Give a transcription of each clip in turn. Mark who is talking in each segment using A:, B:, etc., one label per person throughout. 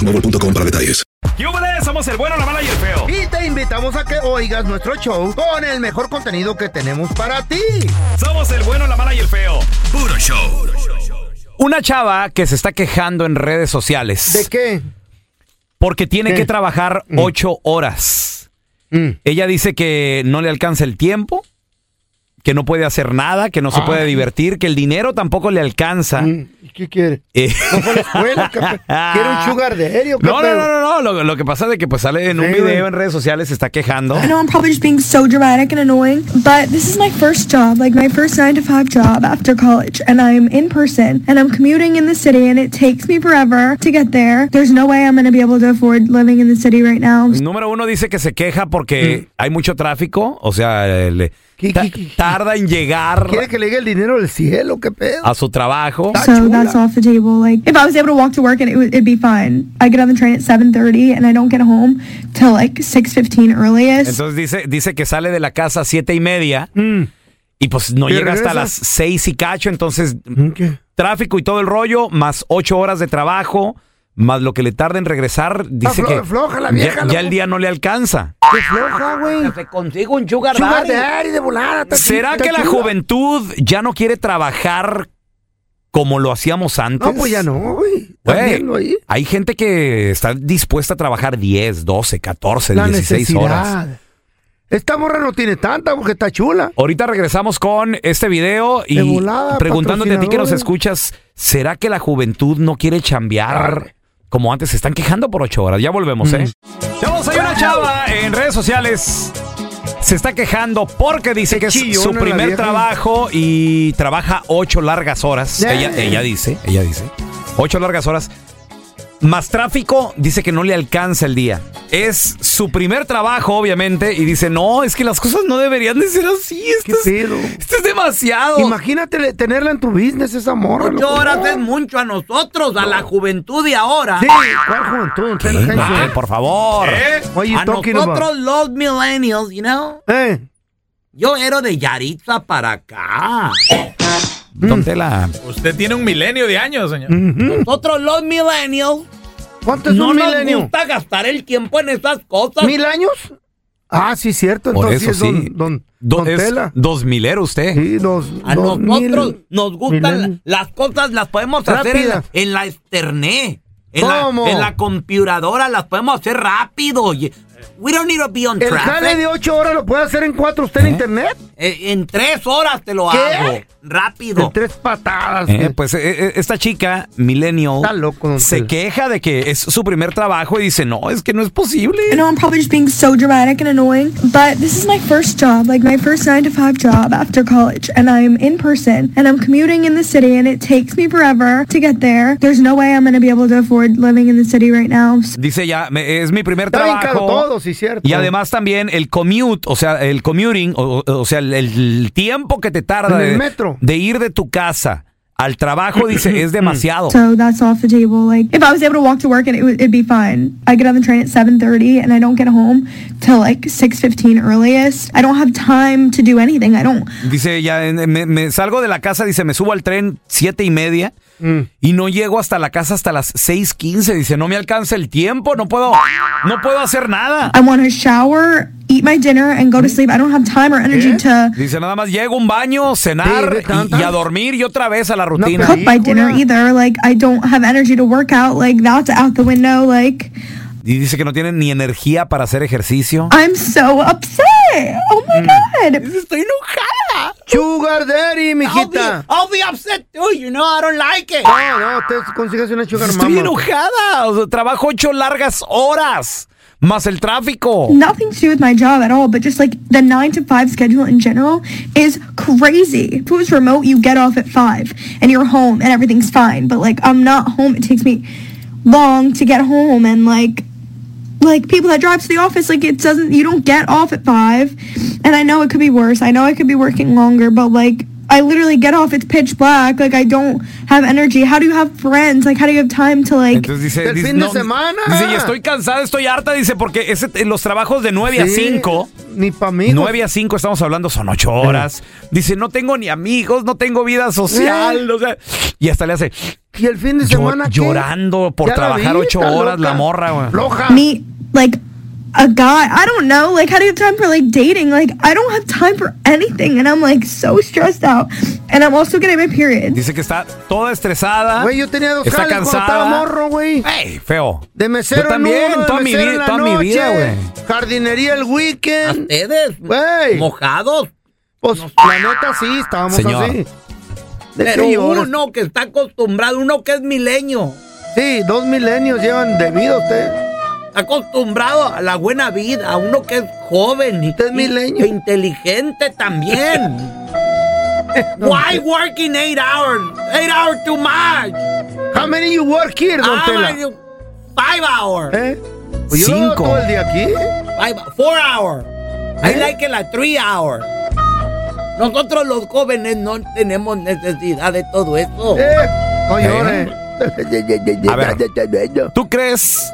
A: mobile.com para detalles.
B: ¡Yúbales! Somos el bueno, la mala y el feo.
C: Y te invitamos a que oigas nuestro show con el mejor contenido que tenemos para ti.
B: Somos el bueno, la mala y el feo.
A: Puro show.
D: Una chava que se está quejando en redes sociales.
C: ¿De qué?
D: Porque tiene
C: ¿Qué? Mm.
D: que trabajar ocho horas. Ella dice que no le alcanza el tiempo, que no puede hacer nada, que no
C: Ah.
D: se puede divertir, que el dinero tampoco le alcanza.
C: Mm. ¿Qué quiere?
D: Eh.
C: ¿No fue a la escuela? ¿Qué pe- ¿Quiere un sugar de aéreo?
D: No, no, no, no, no. Lo, lo que pasa es de que pues sale en un
C: Sí,
D: video
C: güey.
D: en redes sociales, se está quejando.
E: I know I'm probably just being so dramatic and annoying, but this is my first job, like my first nine to five job after college, and I'm in person and I'm commuting in the city, and it takes me forever to get there. There's no way I'm gonna be able to afford living in the city right now.
D: Número uno dice que se queja porque hay mucho tráfico, o sea, le-
C: Mm. ¿Qué,
D: ta-
C: qué, qué?
D: tarda en llegar
C: ¿Quiere que le llegue el dinero del cielo? ¿Qué pedo? Ah,
D: a su trabajo.
C: Está
E: So
C: chula.
E: that's off the table. Like if I was able to walk to work, and it would it'd be fine. I get on the train at 7:30, and I don't get home till like 6:15 earliest.
D: Entonces dice, dice que sale de la casa a siete y media y pues no
C: Mm. ¿Y
D: llega
C: regresa?
D: hasta las seis y cacho, entonces
C: ¿Qué?
D: tráfico y todo el rollo, más ocho horas de trabajo, más lo que le tarda en regresar, dice
C: Ah, flo-
D: que
C: floja la
D: ya-
C: vieja,
D: ya,
C: loco.
D: el día no le alcanza.
C: ¡Qué floja, güey!
D: consigo un sugar
C: Sugar de aéreo de volada. está
D: ¿Será
C: chula,
D: que la
C: está chula.
D: juventud ya no quiere trabajar como lo hacíamos antes?
C: No, pues ya no, güey. ¿Estás
D: Güey,
C: viendo ahí?
D: hay gente que está dispuesta a trabajar 10, 12, 14,
C: La
D: 16
C: necesidad.
D: horas.
C: Esta morra no tiene tanta porque está chula.
D: Ahorita regresamos con este video y
C: De volada,
D: preguntándote a ti que nos
C: patrocinadores.
D: escuchas, ¿será que la juventud no quiere chambear como antes? Se están quejando por 8 horas. Ya
C: Mm.
D: volvemos, ¿eh? Chavos, hay una chava en redes sociales. Se está quejando porque dice que es su
C: chillona la
D: primer
C: vieja.
D: trabajo y trabaja ocho largas horas.
C: Ya.
D: Ella, ella dice, ella dice. Ocho largas horas. Más tráfico, dice que no le alcanza el día. Es su primer trabajo, obviamente, y dice, no, es que las cosas no deberían de ser así.
C: ¿Qué
D: Esto es,
C: pedo?
D: esto es demasiado.
C: Imagínate le- tenerla en tu business esa morra. loco.
D: mucho a nosotros, a la juventud de ahora.
C: Sí, ¿cuál juventud? Ten atención.
D: por favor.
F: ¿Eh?
C: What you talking about?
D: los millennials, you know.
C: Eh,
D: Yo era de Yaritza para acá. Don Tela,
F: Usted tiene un milenio de años, señor.
D: Nosotros los millennials
C: ¿Cuánto es un milenio?
D: gastar el tiempo en esas cosas.
C: ¿Mil años? Ah, sí, cierto.
D: Por
C: Entonces
D: eso
C: sí es
D: sí.
C: don, don,
D: Do-
C: don
D: es
C: Tela.
D: dos milero usted.
C: Sí, dos, dos mil-
D: nos
C: milenio.
D: las cosas, las podemos
C: Rápida.
D: en la internet.
C: ¿Cómo?
D: computadora las podemos hacer rápido. y- We don't need to be on
C: El jale de ocho horas lo puede hacer en cuatro usted en internet.
D: Eh, en tres horas te lo
C: ¿Qué?
D: Rápido.
C: En tres patadas.
D: Eh,
C: güey.
D: pues eh, eh, esta chica, Millennial,
C: Está loco, don
D: se
C: Tela.
D: queja de que es su primer trabajo y dice, no, es que no es posible.
E: I know I'm probably just being so dramatic and annoying, but this is my first job, like my first nine to five job after college, and I'm in person and I'm commuting in the city, and it takes me forever to get there. There's no way I'm gonna be able to afford living in the city right now. So
D: Dice ya, me- es mi primer
C: Está bien caro
D: trabajo.
C: todo, sí, cierto.
D: Y además también el commute, o sea, el commuting, o, o- o sea, el, el tiempo que te tarda
C: En el
D: de,
C: metro.
D: de ir de tu casa al trabajo, dice, es demasiado.
E: So that's off the table. Like if I was able to walk to work and it would it'd be fine. I get on the train at 7:30 and I don't get home till like 6:15 earliest. I don't have time to do anything. I don't.
D: Dice, ya eh, me, me salgo de la casa, dice, me subo al tren siete y media y no llego hasta la casa hasta las 6.15. Dice, no me alcanza el tiempo, no puedo, no puedo hacer nada.
E: I want to shower, eat my dinner and go to sleep. I don't have time or energy to
D: Dice, nada más llego a un baño, cenar y, y a dormir y otra vez a la rutina.
E: cook my dinner either. Like I don't have energy to work out. Like that's out the window. Like
D: Y dice que no tiene ni energía para hacer ejercicio.
E: I'm so upset. Oh my god.
G: Estoy enojada.
C: Sugar daddy,
G: I'll
C: mijita.
G: be, I'll be upset too, you know, I don't like it.
C: No, no, te consigues una sugar
D: Estoy
C: mama.
D: enojada. o sea, trabajo ocho largas horas. Más el tráfico.
E: Nothing to do with my job at all, but just like the nine to five schedule in general is crazy. If it was remote, you get off at five and you're home and everything's fine. But like I'm not home. It takes me long to get home and like like people that drive to the office, like it doesn't you don't get off at five. And I know it could be worse. I know I could be working longer, but like I literally get off, it's pitch black, like I don't have energy. How do you have friends? Like how do you have time to like
D: Entonces dice,
E: Del
D: dice,
E: fin de
D: no,
E: semana.
D: Dice, y estoy cansada, estoy harta, dice, porque ese, en los trabajos de 9 a
E: Sí,
D: 5.
C: Ni pa' mí.
D: 9 a 5 estamos hablando, son 8 horas. Dice, no tengo ni amigos, no tengo vida social.
C: Eh.
D: o sea, y hasta le hace
C: ¿Y el fin de
D: llo-
C: semana qué?
D: llorando por
C: Ya la
D: trabajar
C: vi,
D: 8
C: está
D: horas la
C: loca.
D: morra. güey.
E: meet like a guy. I don't know. Like, how do you have time for like dating? Like, I don't have time for anything, and I'm like so stressed out. And I'm also getting my period.
D: Dice que está toda estresada.
C: Güey, yo tenía dos
D: Está
C: jales cuando estaba
D: cansada.
C: morro, güey.
D: Ey, feo.
C: De mesero
D: Yo también,
C: en uno, de
D: toda mi
C: mesero
D: vida-
C: en la
D: toda mi
C: noche,
D: vida, güey.
C: Jardinería el weekend.
G: ustedes?
C: Güey.
G: ¿Mojados?
C: Pues la neta sí, estábamos
D: Señor.
C: así. ¿De
G: Pero
C: qué lloras?
G: uno que está acostumbrado, uno que es milenio,
C: Sí, dos milenios llevan de vida usted.
G: está acostumbrado a la buena vida, a uno que es joven y, y- e inteligente también. Why working eight hours? Eight hours too much.
C: How many you work here, don
G: Ah,
C: Tela?
G: you- Five hours.
C: ¿Eh? Pues yo
D: Cinco.
C: todo el día aquí. ¿Eh?
G: Five, four hours. I like it like three hours. Nosotros los jóvenes no tenemos necesidad de todo eso.
C: Eh, no
D: Eh.
C: llores.
D: A ver, ¿tú crees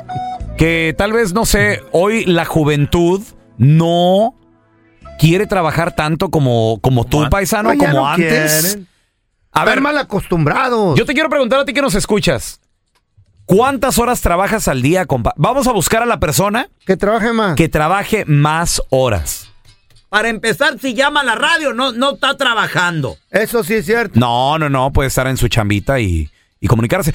D: que tal vez, no sé, hoy la juventud no quiere trabajar tanto como, como tú, paisano,
C: No, ya
D: como
C: no
D: antes?
C: quieren.
D: A ver,
C: Están mal acostumbrados.
D: yo te quiero preguntar a ti que nos escuchas. ¿Cuántas horas trabajas al día, compa? Vamos a buscar a la persona
C: Que trabaje más.
D: que trabaje más horas.
G: Para empezar, si llama a la radio, no, no está trabajando.
C: Eso sí es cierto.
D: No, no, no, puede estar en su chambita y, y comunicarse.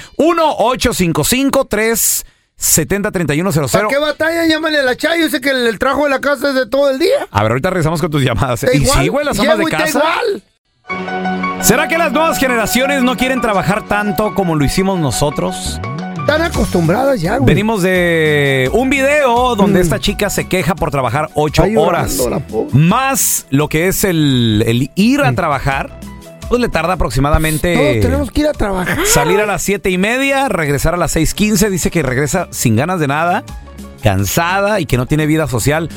D: 1-855-370-3100.
C: ¿Para qué batalla? Llámale a la Chayo. Dice que el, el trabajo de la casa es de todo el día.
D: A ver, ahorita regresamos con tus llamadas. ¿eh?
C: Está
D: Y
C: igual,
D: sí, güey, las amas de
C: llego y está
D: casa.
C: igual.
D: ¿Será que las nuevas generaciones no quieren trabajar tanto como lo hicimos nosotros?
C: Están acostumbradas ya, güey. Mm.
D: Venimos de un video donde esta chica se queja por trabajar ocho
C: Está llorando
D: horas.
C: la pobre.
D: Más lo que es el, el ir a trabajar, pues le tarda
C: Todos
D: aproximadamente
C: tenemos que ir a trabajar.
D: salir a las siete y media, regresar a las 6.15. Dice que regresa sin ganas de nada, cansada y que no tiene vida social.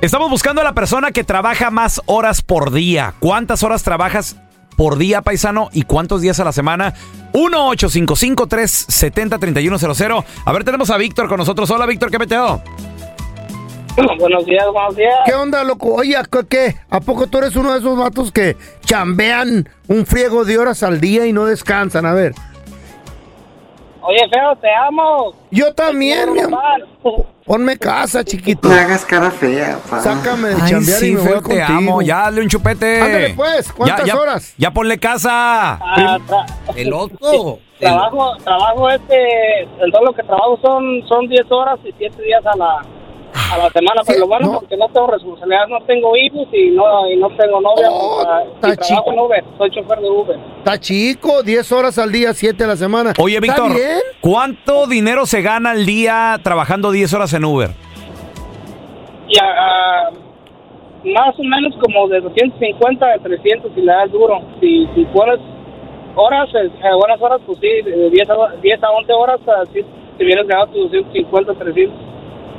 D: Estamos buscando a la persona que trabaja más horas por día. ¿Cuántas horas trabajas por día, paisano? ¿Y cuántos días a la semana? 1-855-370-3100. A ver, tenemos a Víctor con nosotros. Hola, Víctor, ¿qué
H: Ah,
D: meteo?
H: Buenos días, buenos días.
C: ¿Qué onda, loco? Oye, ¿a ¿qué, qué? a poco tú eres uno de esos vatos que chambean un friego de horas al día y no descansan? A ver.
H: Oye, feo, te amo.
C: Yo también, mi amor. Ponme casa, chiquito.
I: hagas cara fea, pa.
C: Sácame de chambear y me voy
D: feo, te
C: contigo.
D: amo. Ya, dale un chupete.
C: Ándale, pues, ¿cuántas
D: Ya, ya-
C: horas?
D: Ya ponle casa.
H: Ah, tra-
G: Celoso.
H: trabajo, trabajo este, el todo lo que trabajo son son 10 horas y 7 días a la a la semana, pero lo bueno porque no tengo responsabilidad, no tengo hijos y no y no tengo novia,
C: Oh,
H: o sea, y
C: está
H: trabajo
C: chico.
H: en Uber, soy chofer de Uber.
C: Está chico, 10 horas al día, 7 a la semana.
D: Oye,
C: ¿Está
D: Víctor,
C: bien?
D: ¿cuánto dinero se gana al día trabajando 10 horas en Uber?
H: Y ah, ah, más o menos como de 250 a 300 si le das duro. Si, si pones horas, eh, buenas horas, pues sí, de 10 a, 10 a 11 horas, así te vienes ganando tus 250, 300.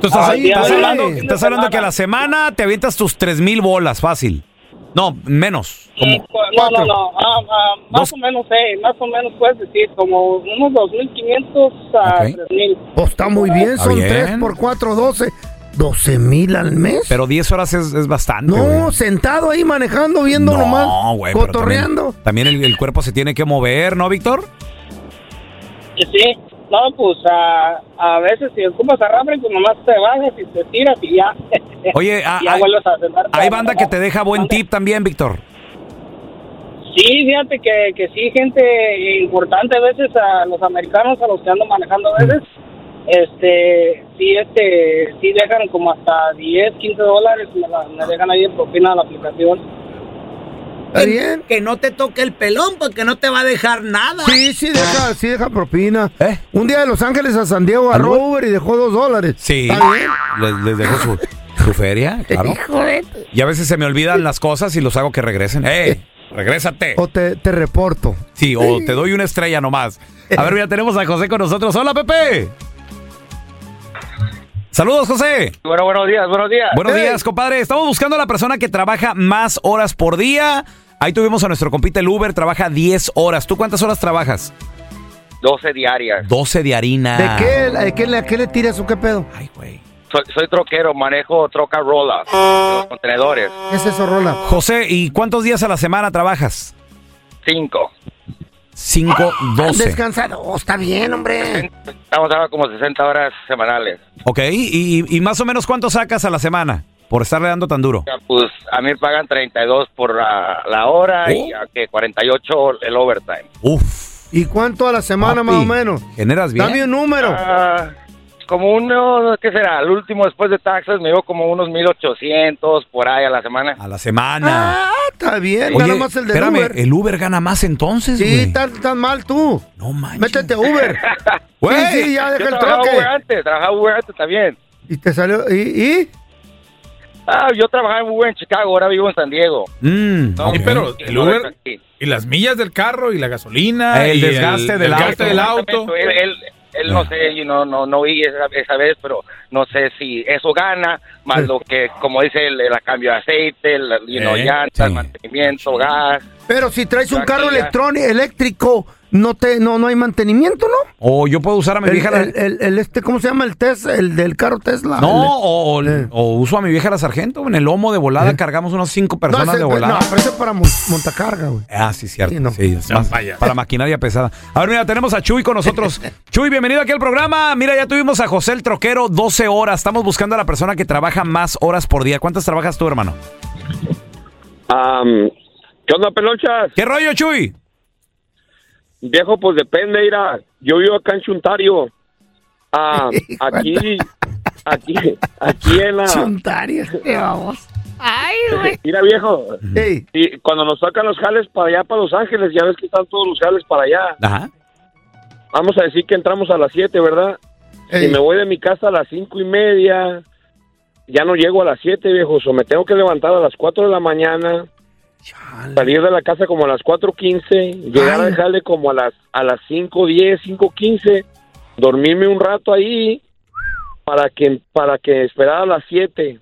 D: Tú estás,
H: Ay,
D: estás
H: ay,
D: hablando,
H: ay.
D: estás hablando que a la semana te avientas tus 3 mil bolas, fácil. No, menos. Como
H: pues, No, no, no. Ah, ah, más o menos, eh, más o menos puedes decir como unos 2.500 a 3.000.
C: Pues está muy bien,
D: Está
C: son
D: bien.
C: 3 por 4, 12. 12 mil al mes.
D: Pero 10 horas es, es bastante. güey.
C: No, sentado ahí manejando, viendo nomás.
D: No, güey. pero
C: Cotorreando.
D: También, también el, el cuerpo se tiene que mover, ¿no, Víctor?
H: Que sí. No, pues a, a veces si ocupas alambre, pues nomás te bajas y te tiras y ya.
D: Oye, ah,
H: ya
D: hay-
H: vuelves a sentarte.
D: Hay banda que te deja buen tip también, Víctor.
H: Sí, fíjate que, que sí, gente importante a veces, a los americanos, a los que ando manejando a veces, este, sí, este, sí dejan como hasta 10, 15 dólares, me, la- me dejan ahí en propina a la aplicación.
G: Que- Que no te toque el pelón porque no te va a dejar nada.
C: Sí, sí, deja, sí, deja propina. Un día de Los Ángeles a San Diego a
D: ¿Eh? ¿Algo?
C: Rover y dejó 2 dólares.
D: Sí.
C: ¿Está bien?
D: Les, les dejo su, su feria, claro. Y a veces se me olvidan las cosas y los hago que regresen. ¡Eh! ¡Regrésate!
C: O te, te reporto.
D: Sí, o te doy una estrella nomás. A ver, ya tenemos a José con nosotros. ¡Hola, Pepe! Saludos, José.
I: Bueno, buenos días, buenos días.
D: Buenos
I: Hey.
D: días, compadre. Estamos buscando a la persona que trabaja más horas por día. Ahí tuvimos a nuestro compita el Uber, trabaja 10 horas. ¿Tú cuántas horas trabajas?
I: 12 diarias.
D: 12 de harina.
C: ¿De qué, a qué le- a qué le tiras o qué pedo?
I: Soy, soy troquero, manejo troca rola, los contenedores,
C: ¿Qué es eso, Rola?
D: José, ¿y cuántos días a la semana trabajas?
I: 5.
D: 5, 12.
C: Descansa dos, Oh, está bien, hombre.
I: Estamos hablando como 60 horas semanales.
D: Ok, y, y- y más o menos cuánto sacas a la semana por estarle dando tan duro?
I: Ya, Pues a mí me pagan 32 por la, la hora
D: Oh.
I: y a que 48 el overtime.
D: Uf.
C: ¿Y cuánto a la semana más o menos?
D: ¿Generas bien?
C: Dame un número.
I: Ah, como uno, ¿qué será? El último después de taxes me dio como unos 1800 por ahí a la semana.
D: A la semana.
C: Ah, está bien,
D: Oye,
C: gana más el de
D: espérame,
C: Uber.
D: el Uber gana más entonces,
C: Sí,
D: güey.
C: estás tan mal tú.
D: No manches.
C: Métete a Uber.
D: Güey,
C: sí, sí, ya deja
I: Yo
C: el
I: trabajaba
C: troque.
I: Uber antes, trabajaba Uber antes también.
C: Y te salió. ¿Y? y?
I: Ah, yo trabajaba en Uber en Chicago, ahora vivo en San Diego.
D: Mm, Ah,
F: Sí,
I: ok.
F: pero el Uber y las millas del carro y la gasolina.
D: Ah, El
F: y
D: desgaste del
F: desgaste
D: auto.
F: del auto. Ah.
I: Él, él, él no sé, yo no, no, no vi esa, esa vez, pero no sé si eso gana, más lo que, como dice, el, el cambio de aceite, el, you know,
D: Eh,
I: llantas, mantenimiento, gas.
C: Pero si traes un
I: Tranquila.
C: carro electrónico, eléctrico, no te, no, no hay mantenimiento, ¿no?
D: O yo puedo usar a mi
C: El,
D: vieja la-
C: el- el- el este, ¿cómo se llama el test? El del carro Tesla.
D: No,
C: El-
D: o, o- o uso a mi vieja la sargento. En el lomo de volada cargamos unas cinco personas
C: Eh. no, ese-
D: de volada.
C: No, pero ese es para mon- montacarga, güey.
D: Ah, sí, cierto.
C: Sí, no.
D: Sí, es
C: No,
D: más
C: vaya.
D: para maquinaria pesada. A ver, mira, tenemos a Chuy con nosotros. Chuy, bienvenido aquí al programa. Mira, ya tuvimos a José el Troquero, 12 horas. Estamos buscando a la persona que trabaja más horas por día. ¿Cuántas trabajas tú, hermano?
J: Am, ¿Qué onda, pelonchas?
D: ¿Qué rollo, Chuy?
J: Viejo, pues depende, mira. Yo vivo acá en Chuntario. Am, aquí, aquí, aquí en la...
C: Chuntario, qué vamos. Ay, güey.
J: Mira, viejo. Y cuando nos sacan los jales para allá, para Los Ángeles, ya ves que están todos los jales para allá.
D: Ajá.
J: Vamos a decir que entramos a las 7, ¿verdad? Si me voy de mi casa a las cinco y media, ya no llego a las 7, viejo. O me tengo que levantar a las 4 de la mañana, salir de la casa como a las 4.15, llegar a
C: Ay.
J: dejarle como a las, a las 5.10, 5.15, dormirme un rato ahí para que, para que esperar a las 7.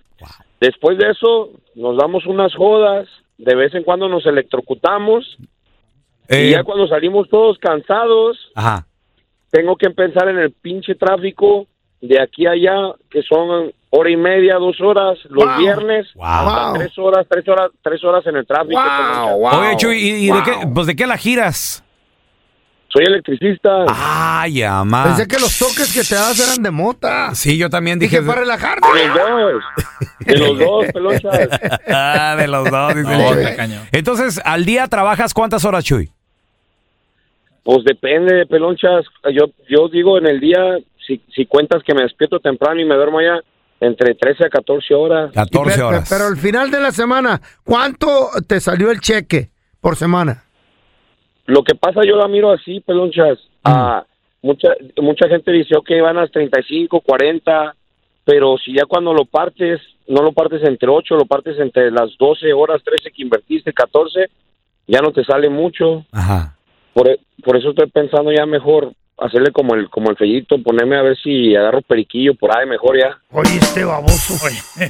J: Después de eso, nos damos unas jodas, de vez en cuando nos electrocutamos.
D: Eh.
J: Y ya cuando salimos todos cansados,
D: Ajá.
J: tengo que pensar en el pinche tráfico de aquí a allá, que son hora y media, dos horas, los
D: Wow.
J: viernes, hasta
D: Wow.
J: tres horas, tres horas, tres horas en el tráfico.
D: Oye, Chuy, ¿y, y de, qué, pues, de qué la giras?
J: Soy electricista.
D: Ay, amá.
C: Pensé que los toques que te das eran de mota.
D: Sí, yo también dije...
C: Dije, para relajarte.
J: los dos. De los dos, pelochas.
D: Ah, de los dos, dice el
J: No,
D: Chuy.
J: está cañón.
D: Entonces, al día trabajas cuántas horas, Chuy?
J: Pues depende, pelonchas. Yo, yo digo en el día, si, si cuentas que me despierto temprano y me duermo allá, entre 13 a 14 horas.
D: 14
C: Pero, pero al final de la semana, ¿cuánto te salió el cheque por semana?
J: Lo que pasa, yo la miro así, pelonchas. Ah, mucha, mucha gente dice, ok, van a 35, 40, pero si ya cuando lo partes, no lo partes entre 8, lo partes entre las 12 horas, 13 que invertiste, 14, ya no te sale mucho.
D: Ajá.
K: Uh-huh.
J: Por, e- por eso estoy pensando ya mejor hacerle como el, como el fellito, ponerme a ver si agarro periquillo por ahí mejor ya.
C: Oye, este baboso.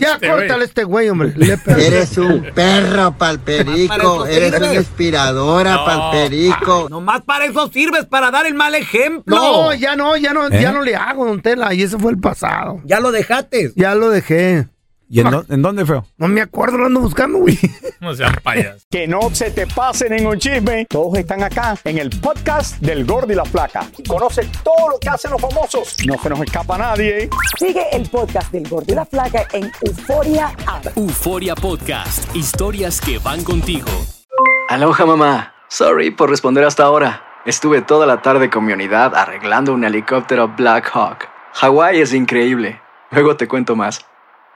C: ya córtale este güey, hombre.
L: Eres un perro palperico. Eres una inspiradora palperico.
G: Nomás para eso sirves, para dar el mal ejemplo.
C: No, ya no, ya no, ya no le hago, don Tela. Y ese fue el pasado.
G: Ya lo dejaste.
C: Ya lo dejé.
D: ¿Y en, en dónde fue?
C: No me acuerdo, lo ando buscando, güey.
F: No sean payas.
M: Que no se te pase ningún chisme. Todos están acá en el podcast del Gordi y la Flaca. Y conoce todo lo que hacen los famosos. No se nos escapa nadie.
N: Sigue el podcast del Gordi y la Flaca en Euforia App.
O: Euforia Podcast. Historias que van contigo.
P: Aloha, mamá. Sorry por responder hasta ahora. Estuve toda la tarde con mi unidad arreglando un helicóptero Black Hawk. Hawái es increíble. Luego te cuento más.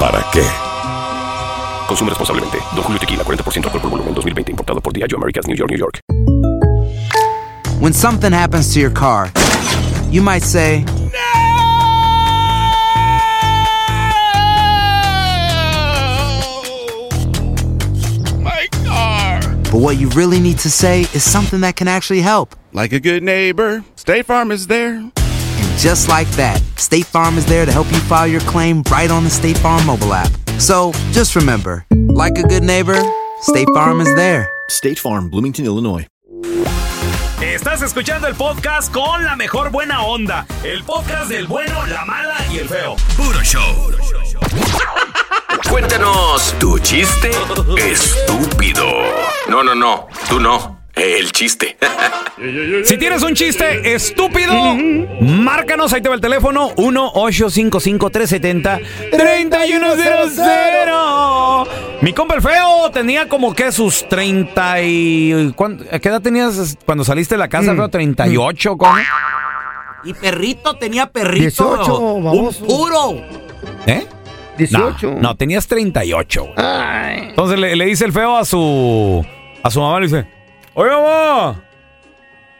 Q: ¿Para qué?
R: Consume responsablemente. Don Julio Tequila, 40% alcohol por volumen, 2020. Importado por Diageo Americas, New York, New York.
S: When something happens to your car, you might say,
T: My car.
S: but what you really need to say is something that can actually help.
T: Like a good neighbor, State Farm is there.
S: And just like that, State Farm is there to help you file your claim right on the State Farm mobile app. So just remember, like a good neighbor, State Farm is there.
U: State Farm, Bloomington, Illinois.
B: Estás escuchando el podcast con la mejor buena onda. El podcast del bueno, la mala y el feo.
T: Puro show. Cuéntanos tu chiste estúpido. No, no, no. Tú no. El chiste.
D: Si tienes un chiste estúpido, márcanos, ahí te va el teléfono, 1-855-370-3100. Mi compa el feo tenía como que sus 30 y... ¿cuán- a ¿Qué edad tenías cuando saliste de la
M: Mm.
D: casa, feo? ¿38? ¿cómo?
G: Y perrito tenía perrito.
D: 18,
G: un
D: baboso.
G: puro.
D: ¿Eh? 18. No, no, tenías 38. güey. Entonces le, le dice el feo a su a su mamá, le dice, oye mamá,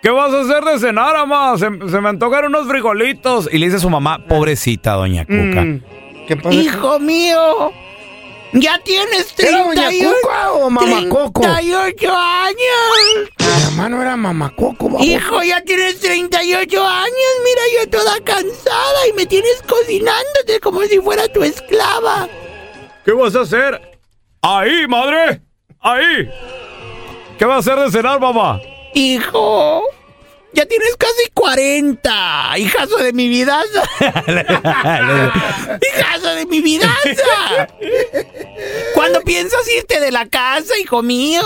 D: ¿qué vas a hacer de cenar, mamá? Se, se me antojan unos frijolitos. Y le dice a su mamá, pobrecita doña Cuca.
C: Mm.
G: Hijo mío, ya tienes
C: ¿Era doña
G: 38
C: Cuca o mamacoco?
G: 38 años.
C: Hermano, era mamacoco, baboso.
G: Hijo, ya tienes 38 años. Mira, yo toda cansada y me tienes cocinándote como si fuera tu esclava.
D: ¿Qué vas a hacer? Ahí, madre. Ahí. ¿Qué vas a hacer de cenar, mamá?
G: Hijo, ya tienes casi 40. Hijazo de mi vida. Hijazo de mi vida. ¿Cuándo piensas irte de la casa, hijo mío?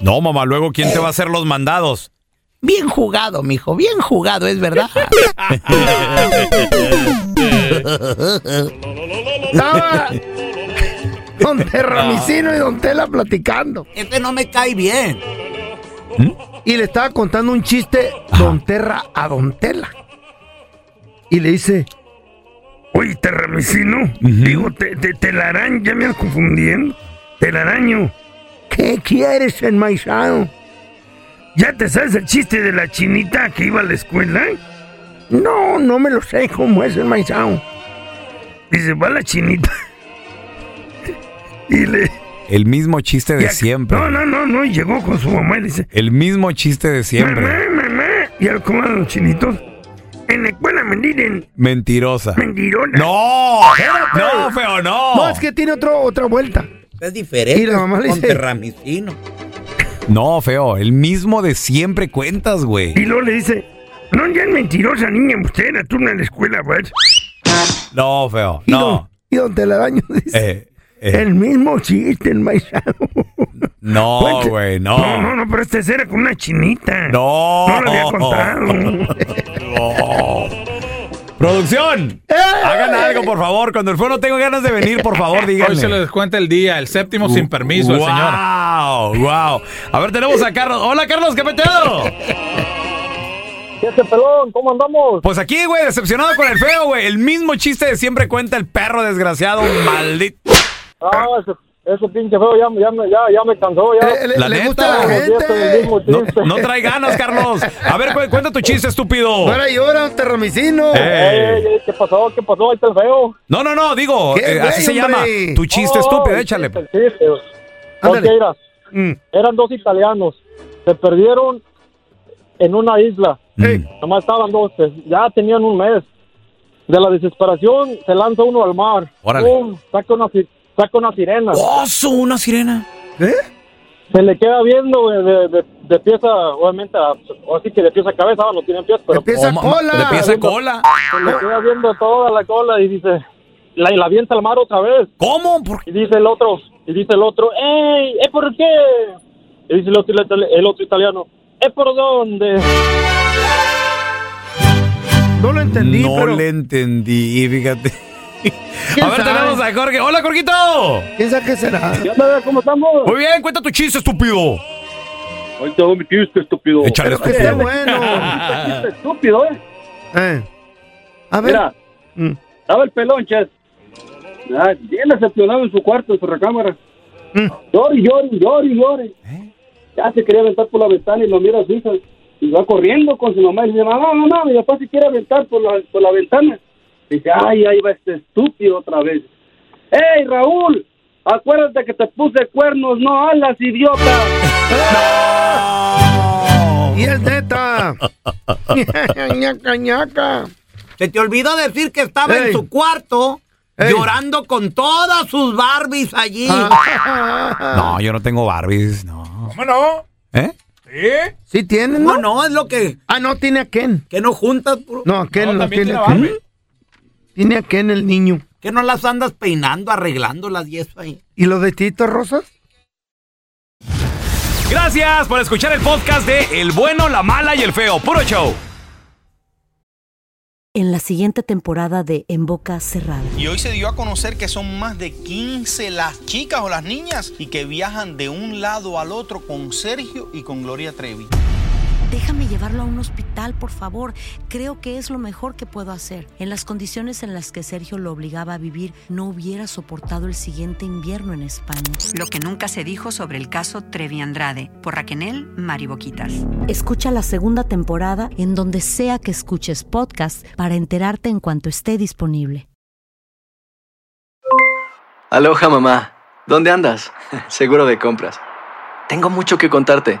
D: No, mamá, luego ¿quién te va a hacer los mandados?
G: Bien jugado, mijo, bien jugado, es verdad.
C: Estaba don Terramicino y don Tela platicando. ¿Mm?
G: Este no me cae bien.
C: Y le estaba contando un chiste don Terra a don Tela. Y le dice, oye, Terramicino, digo, te, te, telaraño, ya me andas confundiendo. Telaraño, ¿qué quieres, enmaizado? ¿Ya te sabes el chiste de la chinita que iba a la escuela? No, no me lo sé cómo es el maizao. Dice, va la chinita. y le...
D: El mismo chiste de siempre.
C: No, no, no, no. Y llegó con su mamá y le dice,
D: El mismo chiste de siempre.
C: mamá, mamá. Y al cómo los chinitos. En la escuela me dicen,
D: Mentirosa.
C: mentirona.
D: ¡No! ¡No, feo, no!
C: No, es que tiene otro, otra vuelta.
G: Es diferente.
C: Y la mamá le
G: con
C: dice-
G: Terramicino.
D: No, feo, el mismo de siempre cuentas, güey.
C: Y luego le dice, no, ya es mentirosa, niña, usted era turna en la escuela, ¿verdad?
D: No, feo, no.
C: Y don Telaraño dice,
D: Eh, eh,
C: el mismo chiste, el maizano.
D: no,
C: Cuente.
D: güey,
C: No, no,
D: no.
C: no, pero este era con una chinita.
D: No.
C: No lo había contado.
D: No. Producción,
C: ¡Eh!
D: hagan algo, por favor. Cuando el feo no tengo ganas de venir, por favor,
F: Hoy se
D: díganle.
F: le descuenta el día, el séptimo sin permiso, el señor.
D: wow, wow. A ver, tenemos a Carlos. Hola, Carlos, ¿qué peteo?
V: ¿Qué es pelón? ¿Cómo andamos?
D: Pues aquí, güey, decepcionado con el feo, güey. El mismo chiste de siempre cuenta el perro desgraciado, maldito.
V: Ah, ese, ese pinche feo ya, me- ya, me- ya, ya me cansó. Ya.
D: La Eh, le neta, gusta la eh.
V: Como
D: gente.
V: siempre, el mismo chiste.
D: No trae ganas, Carlos. A ver, cu- cuenta tu chiste, estúpido.
V: Ahora
C: llora, un terramicino.
D: Ey.
V: Ey, ey, ¿Qué pasó? ¿Qué pasó? Ahí está el feo.
D: No, no, no, digo,
V: ¿Qué,
D: eh, así
V: güey,
D: se llama.
V: hombre?
D: Tu chiste
V: Oh,
D: estúpido,
V: el
D: échale.
V: chiste, el chiste. Ok,
D: Ándale.
V: mira, Eran dos italianos. Se perdieron en una isla.
D: Mm.
V: Nomás estaban dos. pues, Ya tenían un mes. De la desesperación se lanza uno al mar.
D: Órale.
V: Pum, saca, una, si- saca una sirena.
D: ¡Oso! Una sirena.
V: Se le queda viendo güey, de, de, de pieza, obviamente, a- o así que de pieza a cabeza, no tienen pies, pero...
D: pieza a Oh, ma- cola. de pieza a cola.
V: Se le queda viendo toda la cola y dice, la, y la avienta al mar otra vez.
D: ¿Cómo?
V: Y dice el otro, y dice el otro, ¡Ey! ¿eh, por qué? Y dice el otro, itali- el otro italiano, ¿es por dónde?
C: No lo entendí,
D: No
C: pero-
D: le entendí, fíjate. A ver, tenemos a Jorge. ¡Hola, Jorgito!
C: ¿Piensa que será?
V: ¿Cómo estamos?
D: Muy bien, cuenta tu chiste, estúpido.
V: Hoy te doy mi chiste, estúpido.
D: Échale,
C: Este
V: Pero que
D: estúpido.
V: sea bueno. Chiste estúpido, ¿eh?
C: A ver.
V: Mira, estaba el pelón, Chet. Ah, Bien decepcionado en su cuarto, en su recámara. Llore, llore, llore, llore. Ya se quería aventar por la ventana y lo mira a su hija. Y va corriendo con su mamá y le dice, mamá, mamá, mi papá se quiere aventar por la, por la ventana. Dice, ay, ahí va este estúpido otra vez. ¡Ey, Raúl! Acuérdate que te puse cuernos, no alas, idiota.
C: Y es neta. ñaca, ñaca.
G: Se te olvidó decir que estaba en su cuarto llorando con todas sus Barbies allí.
C: Ah.
D: No, yo no tengo Barbies, no.
G: ¿Cómo no?
D: ¿Eh?
G: ¿Sí?
C: Sí tienen,
G: ¿no? No, es lo que...
C: Ah, no, tiene a Ken.
G: Que no juntas, puro-
C: No, a Ken
G: No,
C: no,
G: también
C: tiene.
G: tiene
C: a Ken. Tiene a Ken el niño.
G: Que no las andas peinando, arreglándolas y eso ahí.
C: ¿Y los vestiditos rosas?
D: Gracias por escuchar el podcast de El bueno, la mala y el feo. Puro show.
W: en la siguiente temporada de En Boca Cerrada.
A: Y hoy se dio a conocer que son más de 15 las chicas o las niñas y que viajan de un lado al otro con Sergio y con Gloria Trevi.
W: Déjame llevarlo a un hospital, por favor. Creo que es lo mejor que puedo hacer. En las condiciones en las que Sergio lo obligaba a vivir, no hubiera soportado el siguiente invierno en España.
X: Lo que nunca se dijo sobre el caso Trevi Andrade por Raquenel Mariboquitas.
W: Escucha la segunda temporada en donde sea que escuches podcast para enterarte en cuanto esté disponible.
P: Aloha mamá, ¿dónde andas? Seguro de compras. Tengo mucho que contarte.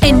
K: En